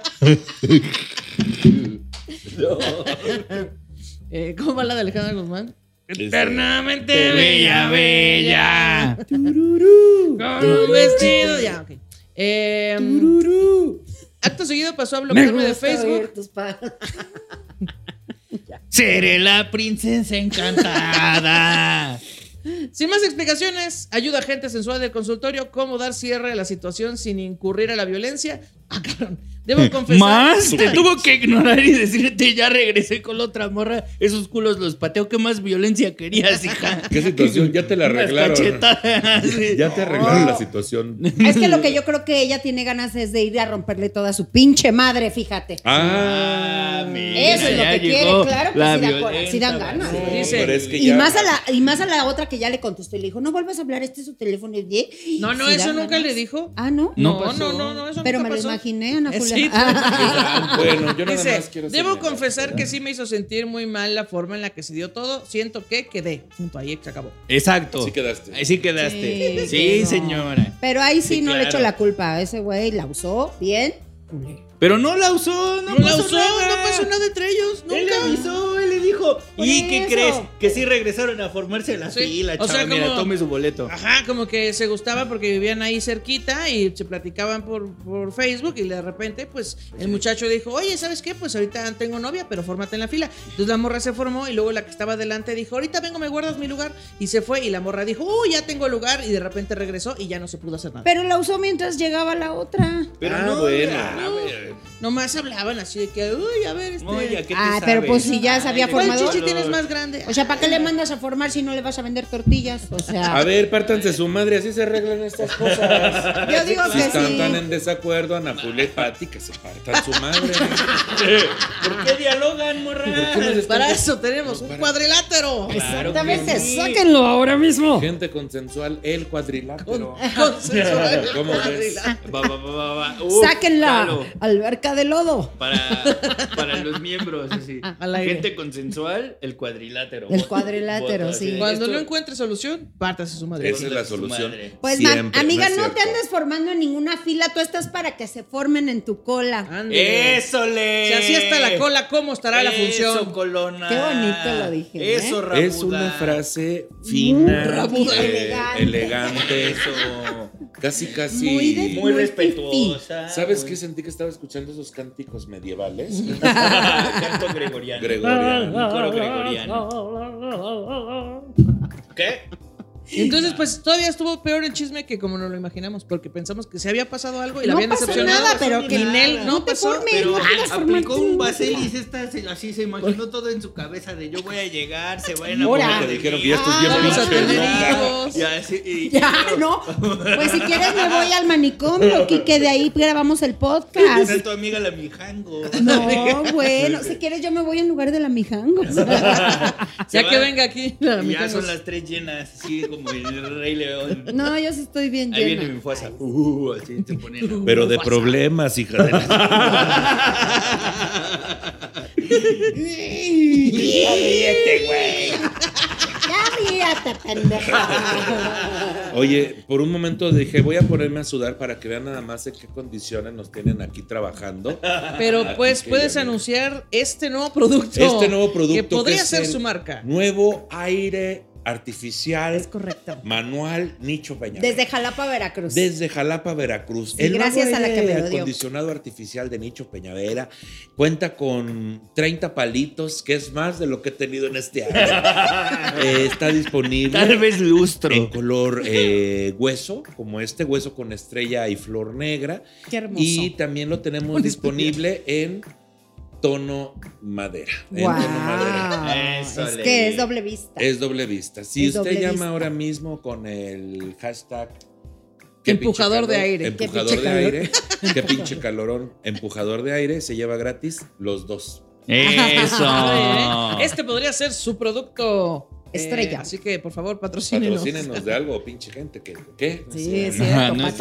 S1: Eh, ¿Cómo va la de Alejandra Guzmán?
S5: Eternamente bella, bella.
S1: Tu vestido. Ya, ok. Eh, acto seguido pasó a bloquearme de Facebook.
S5: Seré la princesa encantada.
S1: Sin más explicaciones, ayuda a gente sensual del consultorio cómo dar cierre a la situación sin incurrir a la violencia. Ah, cabrón. Debo confesar.
S5: Más Pues, te tuvo que ignorar y decirte ya regresé con la otra morra. Esos culos los pateo. ¿Qué más violencia querías, hija?
S3: ¿Qué situación? Ya te la
S5: Unas
S3: arreglaron.
S5: cachetadas, sí.
S3: Ya te arreglaron la situación.
S4: Es que lo que yo creo que ella tiene ganas es de ir a romperle toda su pinche madre, fíjate.
S3: Ah,
S2: Ah, mira.
S4: Eso es lo
S5: ya
S4: que quiere,
S5: llegó
S4: claro que
S5: la
S4: sí da, cora- sí dan
S5: violenta,
S4: ganas.
S3: no,
S1: Dice-
S3: pero es que
S4: Y
S3: ya-
S4: más, a la, y más a la otra que ya le contestó y le dijo, no vuelvas a hablar, este es su teléfono. Y, eh,
S1: No, no,
S4: sí
S1: eso
S4: dan
S1: nunca
S4: ganas.
S1: le dijo.
S4: Ah, ¿no?
S5: No
S1: no,
S5: pasó.
S1: no, no, no, eso
S4: Pero
S1: nunca
S4: me lo
S1: pasó.
S4: imaginé, Ana
S1: Eh,
S4: Julia.
S1: sí.
S3: Ah, bueno, yo nada
S1: Dice,
S3: más quiero
S1: debo
S3: señalar,
S1: confesar
S3: ¿verdad?
S1: que sí me hizo sentir muy mal la forma en la que se dio todo. Siento que quedé. Punto, ahí se acabó.
S5: Exacto.
S3: Sí quedaste.
S5: Ahí sí
S4: Sí,
S5: quedaste. Sí,
S4: quedó.
S5: señora.
S4: Pero ahí sí,
S5: Sí,
S4: no le
S5: claro.
S4: echo la culpa. a Ese güey la usó bien.
S5: Pero no la usó, no,
S1: No, la
S5: pasó
S1: usó,
S5: nada.
S1: no pasó nada entre ellos.
S5: Él le
S1: Nunca.
S5: avisó, él le dijo.
S4: Por
S5: ¿Y qué
S4: eso.
S5: crees? Que sí regresaron a formarse la
S1: Sí.
S5: fila,
S1: O
S5: chava.
S1: sea,
S5: Mira,
S1: como- Ah,
S5: tome su boleto.
S1: Ajá, como que se gustaba porque vivían ahí cerquita y se platicaban por, por Facebook y de repente, pues, el muchacho dijo, oye, ¿sabes qué? Pues ahorita tengo novia, pero fórmate en la fila. Entonces la morra se formó y luego la que estaba adelante dijo, ahorita vengo, me guardas mi lugar. Y se fue y la morra dijo, uy, ya tengo lugar. Y de repente regresó y ya no se pudo hacer nada.
S4: Pero la usó mientras llegaba la otra.
S5: Pero
S3: Ah,
S5: no,
S3: bueno.
S5: ah, bueno.
S1: Nomás hablaban así de que, uy, a ver, este...
S5: Oye, ¿a qué te
S4: Ah, pero
S5: sabes?
S4: pues si ya se había
S5: Ay,
S1: ¿Cuál
S4: formado?
S1: chichi
S4: formador.
S1: tienes más grande?
S4: O sea, ¿para qué le mandas a formar si no le vas a vender tortillas? O
S3: A
S4: sea,
S3: ver, pártanse su madre, así se arreglan estas cosas.
S4: yo digo
S3: Si
S4: que
S3: están
S4: sí.
S3: tan en desacuerdo, Ana Julia y Pati, que se partan su madre.
S5: ¿Por qué dialogan, morra?
S3: ¿Por qué nos están-
S1: Pues, Para eso tenemos un cuadrilátero.
S4: Exactamente,
S5: sí.
S4: sáquenlo ahora mismo.
S3: Gente consensual, el cuadrilátero.
S1: Consensual.
S3: ¿Cómo ves?
S2: Va, va, va, va, va. Uf,
S4: Sáquenla,
S2: calo.
S4: alberca de lodo.
S2: Para, para los miembros, así.
S1: Al aire.
S2: Gente consensual, el cuadrilátero.
S4: Ah, El cuadrilátero,
S2: Botas,
S4: sí.
S2: así.
S1: Cuando
S2: Esto-
S1: no encuentre solución, pártase su madre.
S3: Esa es la solución.
S2: Madre.
S4: Pues, ma-
S3: Siempre,
S4: amiga,
S3: es
S4: no, te
S3: cierto.
S4: andes formando en ninguna fila, tú estás para que se formen en tu cola.
S1: Ah, Ándele.
S5: Eso le.
S1: Si así está la cola, ¿cómo estará la
S2: Eso,
S1: función?
S2: Colona.
S4: Qué bonito lo dije, ¿eh?
S2: Eso, Rabuda.
S3: Es una frase fina,
S4: rabuda.
S3: eh, elegante,
S2: Eso.
S3: casi casi.
S4: Muy de-
S2: Muy
S4: Muy
S2: respetuosa.
S3: ¿Sabes
S2: muy-
S3: qué sentí que estaba escuchando esos cánticos medievales?
S2: Canto gregoriano.
S3: Gregoriano.
S2: Un coro gregoriano. ¿Qué?
S1: Entonces, pues todavía estuvo peor el chisme que como nos lo imaginamos, porque pensamos que se había pasado algo y la
S4: No
S1: habían
S4: pasó
S1: decepcionado.
S4: nada, pero
S1: Ni
S4: que
S1: Nel,
S4: nada.
S1: no,
S4: No te
S1: pasó.
S4: formes.
S2: Pero
S4: no hagas
S2: aplicó
S4: formarte
S2: un
S4: en
S2: Vaselis, esta, se- así se imaginó todo en su cabeza de yo voy a llegar, se va a
S4: Ahora.
S2: enamorar.
S3: Te
S2: de
S3: dijeron
S2: mí.
S3: que ya estás bien
S1: Ah, vamos a
S3: pinche,
S1: tener
S3: ¿no?
S1: hijos.
S2: Ya, sí, y-
S4: Ya, no. Pues si quieres me voy al manicomio, Kike, de ahí grabamos el podcast.
S2: Ser tu amiga la mijango.
S4: No, bueno, si quieres yo me voy en lugar de la Mijangos.
S1: Ya
S2: Se
S1: que
S2: va.
S1: venga aquí.
S2: Y
S1: la
S2: ya
S1: mitad
S2: son
S1: nos-
S2: las tres llenas, así como el Rey León.
S4: No, yo sí estoy bien
S2: Ahí viene
S4: llena.
S2: mi fuerza. Uh, así te ponen.
S3: Pero de problemas, hija de la-
S4: Ya ríate, pendeja.
S3: Oye, por un momento dije, voy a ponerme a sudar para que vean nada más en qué condiciones nos tienen aquí trabajando.
S1: Pero pues
S3: Aquí,
S1: puedes
S3: ya, mira.
S1: anunciar este nuevo producto.
S3: Este nuevo producto
S1: Que podría
S3: que es
S1: ser
S3: el
S1: su marca.
S3: Nuevo aire artificial
S4: Es correcto.
S3: manual Nicho Peña.
S4: Desde Jalapa, Veracruz.
S3: Desde Jalapa, Veracruz.
S4: Sí, gracias
S3: nuevo
S4: a la que
S3: aire
S4: me lo dio.
S3: acondicionado artificial de Nicho Peñavera cuenta con 30 palitos, que es más de lo que he tenido en este año. Eh, está disponible.
S5: Tal vez
S3: En
S5: lustro.
S3: color eh, hueso, como este hueso con estrella y flor negra.
S4: Qué hermoso.
S3: Y también lo tenemos disponible en tono madera. En
S4: Guau.
S3: tono madera.
S2: Eso
S4: es
S2: le-
S4: que es doble vista.
S3: Es doble vista. Si
S4: Es
S3: usted
S4: doble
S3: llama
S4: vista.
S3: ahora mismo con el hashtag. qué
S1: Empujador
S3: pinche
S1: de aire.
S3: Empujador
S4: Qué
S3: de
S4: pinche calor.
S3: aire. Qué pinche calorón. Empujador de aire se lleva gratis los dos.
S5: Eso.
S1: Ay, ¿eh? Ah, Este podría ser su producto. eh,
S4: Estrella.
S1: así que, por favor, patrocínenos.
S3: Patrocínenos de algo, pinche gente. que ¿Qué?
S4: Sí, es
S5: No,
S4: cierto.
S5: no es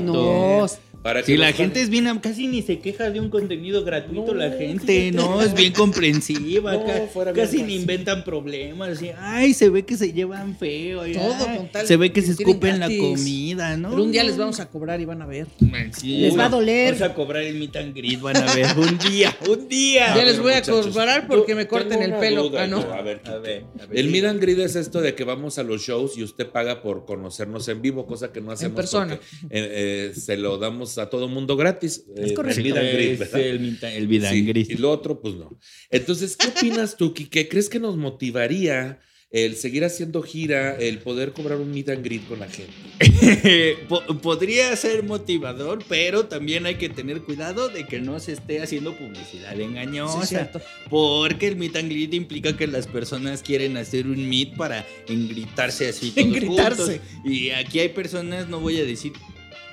S4: Patrocínenos.
S3: Para que
S5: Si la
S3: nos
S5: gente
S3: paguen.
S5: es bien, am- casi ni se queja de un contenido gratuito
S3: No,
S5: la gente,
S3: fíjate.
S5: ¿no? Es bien comprensiva,
S3: No,
S5: ca-
S3: fuera bien
S5: casi ni
S3: fácil.
S5: inventan problemas, así, ay, se ve que se llevan feo, ay,
S1: Todo con tal
S5: se ve que se
S1: que tienen
S5: escupen la
S1: gratis.
S5: comida, ¿no?
S1: Pero un día les vamos a cobrar y van a ver.
S5: Sí,
S4: Les va a doler.
S5: Vamos a cobrar el meet and greet, van a ver, un día, un día.
S1: Ya les
S3: ver,
S1: voy a
S3: muchachos,
S1: cobrar porque
S3: yo
S1: me corten
S3: tengo
S1: el
S3: una
S1: pelo.
S3: duda,
S1: Ah, no.
S3: yo, A ver,
S2: A ver, a ver.
S3: El meet and greet es esto de que vamos a los shows y usted paga por conocernos en vivo, cosa que no hacemos.
S1: persona.
S3: porque, eh, eh, se lo damos a todo mundo gratis. Es
S4: correcto.
S3: El meet and greet,
S2: Es
S3: ¿verdad?
S2: el meet and- el meet and
S3: Sí,
S2: greet.
S3: Y lo otro, pues no. Entonces, ¿qué opinas tú, Quique? ¿Crees que nos motivaría el seguir haciendo gira, el poder cobrar un meet and greet con la gente.
S2: Po- podría ser motivador, pero también hay que tener cuidado de que no se esté haciendo publicidad
S4: Sí,
S2: engañosa.
S4: es cierto.
S2: porque el meet and greet implica que las personas quieren hacer un meet para engritarse así. todos
S1: Engritarse.
S2: juntos. Y aquí hay personas, no voy a decir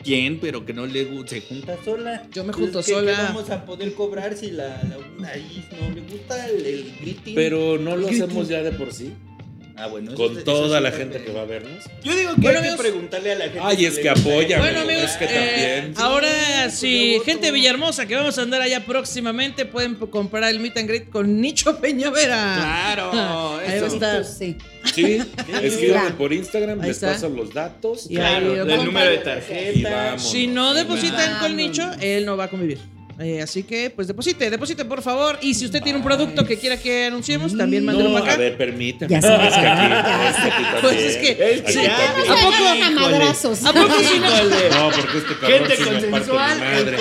S2: quién, pero que no le gu- se junta sola.
S1: Yo me junto
S2: Pues, ¿qué- qué
S1: sola.
S2: vamos a poder cobrar si la, la una ahí no le gusta el, el greeting?
S3: Pero no lo hacemos ya de por sí,
S2: Ah, bueno, eso-
S3: con
S2: eso
S3: toda
S2: sí
S3: la
S2: también.
S3: gente que va a vernos.
S2: Yo digo que
S1: Bueno,
S2: hay que
S1: amigos.
S2: preguntarle a la gente.
S3: Ay,
S2: si
S3: es
S2: le
S3: que
S2: gusta
S3: apoya,
S2: el-
S3: amigo,
S1: Bueno, amigos,
S3: es que
S1: eh,
S3: también.
S1: ahora
S2: Sí,
S1: sí,
S2: voto.
S1: gente de Villahermosa que vamos a andar allá próximamente, pueden p- comprar el meet and greet con Nicho Peñavera.
S2: Claro,
S1: Ahí va a
S2: eso.
S1: estar.
S4: Sí.
S3: Sí, escríbanme
S4: Mira.
S3: por Instagram,
S1: Ahí
S3: les
S1: está.
S3: paso los datos.
S1: Y ahí
S2: Claro,
S1: lo
S2: el
S1: compran.
S2: número de
S3: Y
S2: tarjeta.
S3: vamos.
S1: Si no depositan con
S4: Vámonos.
S1: Nicho, él no va a convivir. Eh, así que, pues deposite, deposite por favor. Y si usted tiene un producto que quiera que anunciemos, también mándelo
S3: No,
S1: para
S3: a
S1: acá.
S3: ver, permíteme.
S4: Ya
S3: es
S4: se
S3: que
S4: me
S3: aquí,
S4: cerraron,
S3: es que aquí también,
S1: Pues es que,
S3: aquí
S1: sí,
S3: también.
S4: Ah,
S1: ¿a poco?
S4: Vayan a madrazos.
S1: ¿A poco si no?
S3: No, porque este cabrón
S5: Gente
S3: sí me parte mi
S5: consensual
S3: madre.
S5: el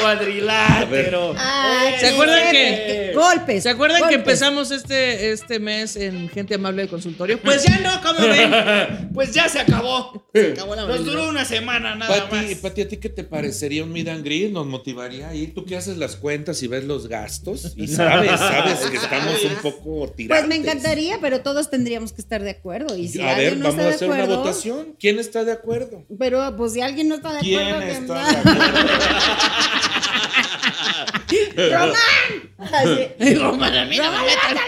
S5: cuadrilátero.
S4: Ay,
S1: ¿Se acuerdan
S4: que- Golpes.
S1: ¿Se acuerdan
S4: golpes.
S1: que empezamos este, este mes en Gente Amable del Consultorio? Pues ya no, como ven.
S5: Pues ya se acabó.
S1: Acabó la
S5: Nos
S1: maldita.
S5: duró una semana nada
S3: Pati,
S5: más.
S3: Pati, ¿a ti qué te parecería un meet and greet? ¿Nos motivaría a ir? ¿Tú que haces las cuentas y ves los gastos? Y sabes, sabes que estamos un poco tirados.
S4: Pues me encantaría, pero todos tendríamos que estar de acuerdo. Y si
S3: a ver,
S4: alguien no
S3: vamos a
S4: está
S3: hacer
S4: de acuerdo,
S3: una votación. ¿Quién está de acuerdo?
S4: Pero pues si alguien no está de
S3: ¿Quién
S4: acuerdo, que
S3: está
S4: no.
S3: de acuerdo?
S4: Así.
S5: Román, a mí no me metas.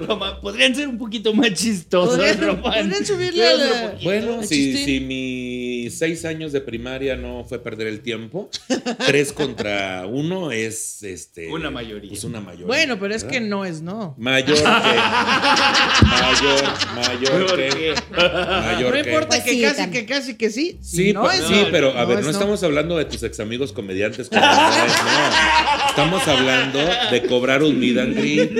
S5: Román, podrían ser un poquito más chistosos,
S1: Podrían-
S5: Román.
S1: podrían subirle
S5: Pero
S1: a la-
S5: otro poquito.
S3: Bueno,
S1: El
S3: si,
S1: chiste.
S3: si mis seis años de primaria no fue perder el tiempo, tres contra uno es este.
S2: Una mayoría.
S3: Pues una mayoría.
S1: Bueno, pero es que
S3: ¿verdad?
S1: no es no.
S3: Mayor que. Mayor, mayor que. Mayor
S1: No
S3: que.
S1: importa
S4: Pues
S1: que
S4: sí,
S1: casi,
S4: también.
S1: que casi, que sí.
S3: Sí,
S1: no
S3: pero,
S1: es
S3: sí,
S1: no.
S3: pero a ver,
S1: es
S3: no estamos hablando de tus ex amigos comediantes. como no es, no. Estamos hablando de cobrar un meet and greet,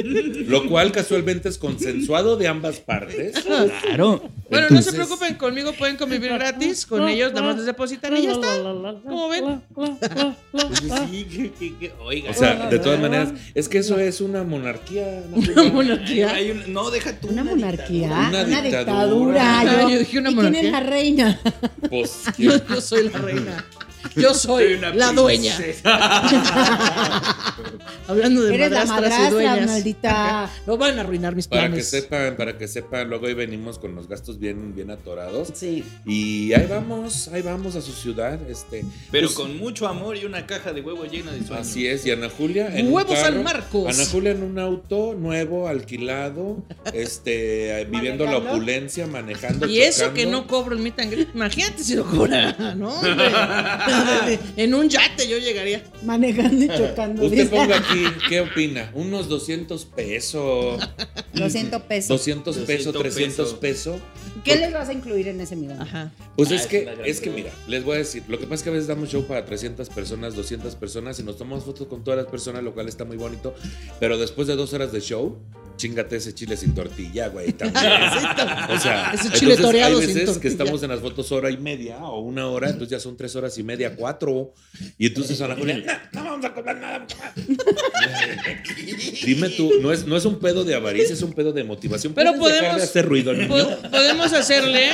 S3: lo cual casualmente es consensuado de ambas partes.
S5: Claro.
S1: Bueno,
S3: Entonces-
S1: no se preocupen, conmigo pueden convivir gratis, con ellos nada más les depositan y ya está. ¿Cómo ven?
S2: Sí, que- que- que- oiga.
S3: O sea, de todas maneras, es que eso es una monarquía. ¿no?
S2: Hay-
S1: monarquía.
S2: hay un- no, deja tú.
S4: Una monarquía,
S2: dictadura.
S4: una,
S3: Una
S4: dictadura.
S1: dictadura.
S4: yo-
S1: Yo dije una
S4: ¿Y quién
S1: monarquía.
S4: es la reina?
S3: Pues,
S1: Yo, yo soy la reina. Yo soy,
S2: una
S1: la dueña.
S2: princesa.
S1: Hablando de
S4: Eres la
S1: madrastras y
S4: madrastra,
S1: dueñas.
S4: maldita.
S1: Ajá. No van a arruinar mis
S3: para que
S1: planes.
S3: sepan, para que sepan, luego ahí venimos con los gastos bien, bien atorados.
S4: Sí.
S3: Y ahí vamos, ahí vamos a su ciudad. Este,
S2: Pero
S3: pues,
S2: con mucho amor y una caja de huevo llena de sueños.
S3: Así es, y Ana Julia en un
S1: Huevos
S3: carro,
S1: San Marcos.
S3: Ana Julia en un auto nuevo, alquilado, este, eh, viviendo la
S4: Manejando.
S3: opulencia, manejando.
S1: Y eso
S3: chocando.
S1: que no cobro el meet and greet. Imagínate si lo cobrara, ¿no? hombre? en un yate yo llegaría.
S4: Manejando y chocando.
S3: Usted
S4: dice.
S3: ponga aquí, ¿qué opina? Unos 200 pesos,
S4: Lo siento, pesos.
S3: 200 pesos,
S2: 200
S3: 300 pesos.
S4: ¿Qué les vas a incluir en ese millón?
S1: Ajá.
S3: Pues
S2: Ah,
S3: es
S2: es
S3: que,
S2: una gran
S3: es que mira,
S2: pregunta.
S3: les voy a decir, lo que pasa es que a veces damos show para 300 personas, 200 personas y nos tomamos fotos con todas las personas, lo cual está muy bonito, pero después de dos horas de show, chingate ese chile sin tortilla, güey, también. o sea,
S1: Ese
S3: entonces
S1: chile toreado
S3: hay
S1: sin
S3: veces que
S1: tortilla.
S3: estamos en las fotos hora y media o una hora, entonces ya son tres horas y media, cuatro, y entonces a la Julia, no, no vamos a cobrar nada. Dime tú, no es, no es un pedo de avaricia, es un pedo de motivación.
S1: Pero
S3: ¿Puedes dejar
S1: podemos-
S3: de hacer ruido, niño?
S1: Po- podemos hacerle,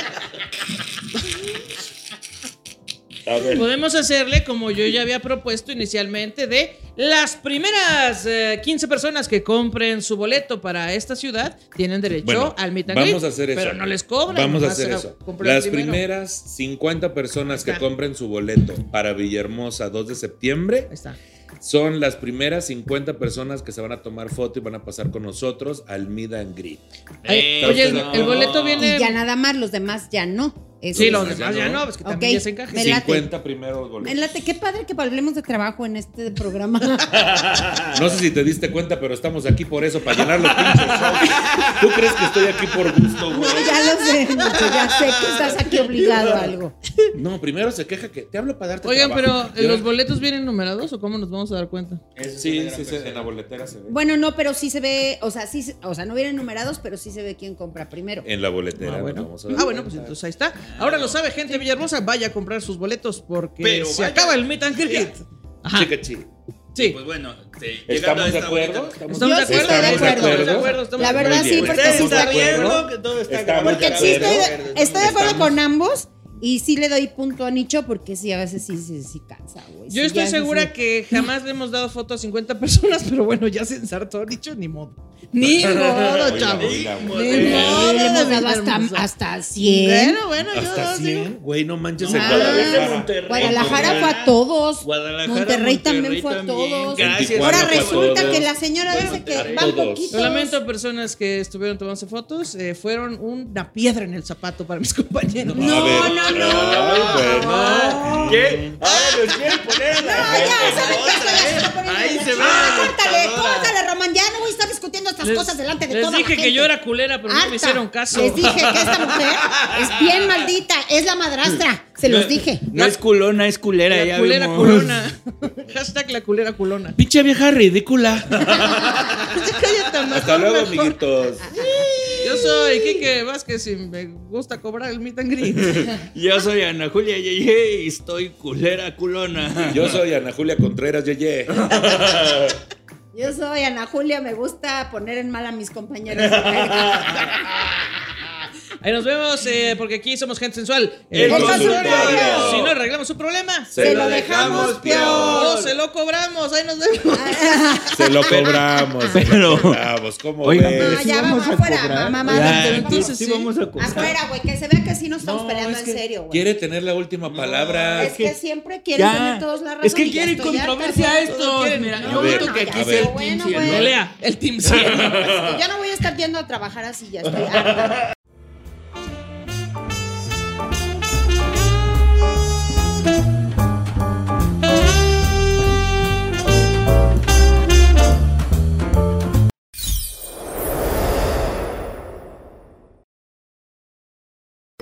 S3: A ver.
S1: podemos hacerle como yo ya había propuesto inicialmente de las primeras eh, 15 personas que compren su boleto para esta ciudad tienen derecho
S3: Bueno,
S1: al meet and
S3: vamos
S1: greet,
S3: a hacer eso.
S1: Pero no les cobran.
S3: Vamos a
S1: nomás
S3: hacer
S1: se la
S3: eso.
S1: compran
S3: Las
S1: primero.
S3: primeras 50 personas que
S1: Está.
S3: compren su boleto para Villahermosa 2 de septiembre
S1: Ahí está.
S3: son las primeras 50 personas que se van a tomar foto y van a pasar con nosotros al Meet and Greet.
S1: Ay,
S2: Eh,
S1: oye, el,
S2: no.
S1: el boleto viene.
S4: Y ya nada más, los demás ya no. Eso
S1: Sí,
S4: es.
S1: los
S3: Ya
S1: demás ya
S3: no.
S1: no, pues que
S4: Ok.
S1: también ya se encaje.
S4: Me late.
S3: 50 primeros
S4: Me
S3: boletos.
S4: late, qué padre que hablemos de trabajo en este programa.
S3: No sé si te diste cuenta, pero estamos aquí por eso, para llenar los pinches shows. ¿Tú crees que estoy aquí por gusto,
S4: No,
S3: güey?
S4: ya lo sé, Nacho, ya sé que estás aquí obligado a algo.
S3: No, primero se queja que te hablo para darte
S1: Oigan, pero
S3: trabajo.
S1: ¿eh, ¿los boletos vienen numerados o cómo nos vamos a dar cuenta?
S3: Sí, sí, sí, en la boletera se ve.
S4: Bueno, no, pero sí se ve, o sea, sí, se- o sea, no vienen numerados, pero sí se ve quién compra primero.
S3: En la boletera.
S1: Ah,
S3: nos
S1: bueno.
S3: vamos a dar
S1: Ah, bueno, pues
S3: cuenta.
S1: entonces ahí está. Ahora lo sabe, gente de Villahermosa, vaya a comprar sus boletos porque
S2: Pero
S1: se
S2: vaya.
S1: acaba el meet and greet. Ajá.
S3: Chica, chica.
S1: Sí.
S2: Pues bueno, te- llegando
S3: ¿Estamos
S2: a
S3: de
S2: esta
S3: acuerdo?
S2: bonita-
S4: Yo sí estoy de
S3: ¿Estamos
S4: acuerdo.
S1: Estamos de acuerdo, estamos
S4: La
S1: de
S4: verdad
S3: Muy
S4: sí,
S3: bien.
S4: porque
S2: ¿Ustedes
S4: sí está
S2: están de acuerdo?
S3: acuerdo?
S2: Que todo está
S3: Estamos
S2: grabado.
S4: Porque sí estoy de, estoy de acuerdo
S2: Estamos.
S4: con ambos y sí le doy punto a Nicho porque sí, a veces sí, sí, sí cansa, güey.
S1: Yo
S4: Sí,
S1: estoy
S4: ya,
S1: segura
S4: sí.
S1: que jamás le hemos dado foto a 50 personas, pero bueno, ya se ensartó, dicho, ni modo. Ni modo,
S3: Oiga,
S1: chavo.
S3: oiga,
S2: Ni
S1: Ni
S4: Sí,
S3: oiga.
S1: modo,
S4: le hemos
S1: mi
S4: dado
S1: hermosa.
S4: hasta, hasta 100.
S1: Bueno, bueno, yo
S3: ¿Hasta
S1: digo-
S3: 100? Güey, no manches, en
S4: Ah,
S3: Guadalajara.
S2: Monterrey.
S4: Guadalajara fue a todos.
S2: Guadalajara,
S4: Monterrey también
S2: Monterrey
S4: fue a
S2: también.
S4: todos.
S2: Gracias.
S4: Ahora
S3: Tijuana fue a
S4: resulta
S3: todos.
S4: que la señora dice que
S3: Monterrey.
S4: van
S3: Todos.
S4: poquitos.
S1: Lo lamento, personas que estuvieron tomándose fotos, eh, fueron una piedra en el zapato para mis compañeros.
S3: A ver.
S4: no, no.
S3: Ay, bueno.
S2: ¿Qué? Ah, nos quieren poner en la
S4: No, Ah, ya,
S2: gente.
S4: ¿saben qué?
S2: Otra
S4: Eso ya
S2: vez.
S4: se pone
S2: Ahí
S4: bien
S2: se
S4: gacho.
S2: va.
S4: Ah,
S2: la
S4: Córtale,
S2: dictadora.
S4: córtale, Román. Ya no voy a estar discutiendo estas
S1: Les-
S4: cosas delante de
S1: Les
S4: toda la
S1: dije que
S4: gente.
S1: yo era culera, pero no me
S4: Harta.
S1: hicieron caso.
S4: Les dije que esta mujer es bien maldita, es la madrastra, se los dije.
S5: No es culona, es culera.
S1: La
S5: ya
S1: culera
S5: vimos.
S1: culona. Hashtag la culera culona.
S5: Pinche vieja ridícula.
S1: Cállate, mejor,
S3: Hasta luego,
S1: mejor.
S3: amiguitos.
S1: Yo soy Kike Vázquez y me gusta cobrar el meet and greet.
S5: Yo soy Ana Julia Yeye y estoy culera culona.
S3: Yo soy Ana Julia Contreras, Yeye.
S4: Yo soy Ana Julia, me gusta poner en mal a mis compañeros. de verga.
S1: Ahí nos vemos, eh, porque aquí somos gente sensual. Eh,
S3: El consultorio.
S1: Si no arreglamos su problema,
S4: Se lo dejamos,
S1: no se lo cobramos. Ahí nos vemos.
S3: Se lo cobramos. se lo
S5: Pero-
S3: cobramos, ¿Cómo
S5: Oigan,
S3: ves?
S4: No,
S5: Pero sí
S4: ya
S5: vamos
S4: mamá
S5: a
S4: afuera,
S5: cobrar.
S4: mamá,
S5: Ya,
S4: mamá.
S1: entonces
S5: sí
S1: sí.
S5: vamos a cobrar.
S4: Afuera, Ah, güey, que se vea que sí nos estamos
S3: No,
S4: peleando
S3: es
S4: en
S3: que
S4: serio, güey.
S3: Quiere tener la última palabra.
S4: Es que siempre quieren
S5: Ya.
S4: tener todos la razón.
S5: Es que
S4: y ya
S5: quieren
S4: estoy harta,
S5: controversia
S4: güey.
S5: esto.
S1: todo quieren.
S5: Mira,
S3: A
S5: yo
S3: ver,
S5: creo que
S3: a
S5: aquí
S3: ver.
S5: sea el
S4: Bueno,
S5: Team 100.
S4: bueno.
S5: No lea, el Team 100.
S4: Yo no voy a estar yendo a trabajar así, ya estoy harta.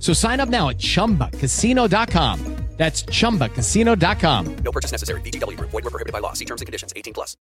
S6: So sign up now at chumbacasino.com. That's chumbacasino.com.
S7: No purchase necessary. VGW Group. Void were prohibited by law. See terms and conditions. 18 plus.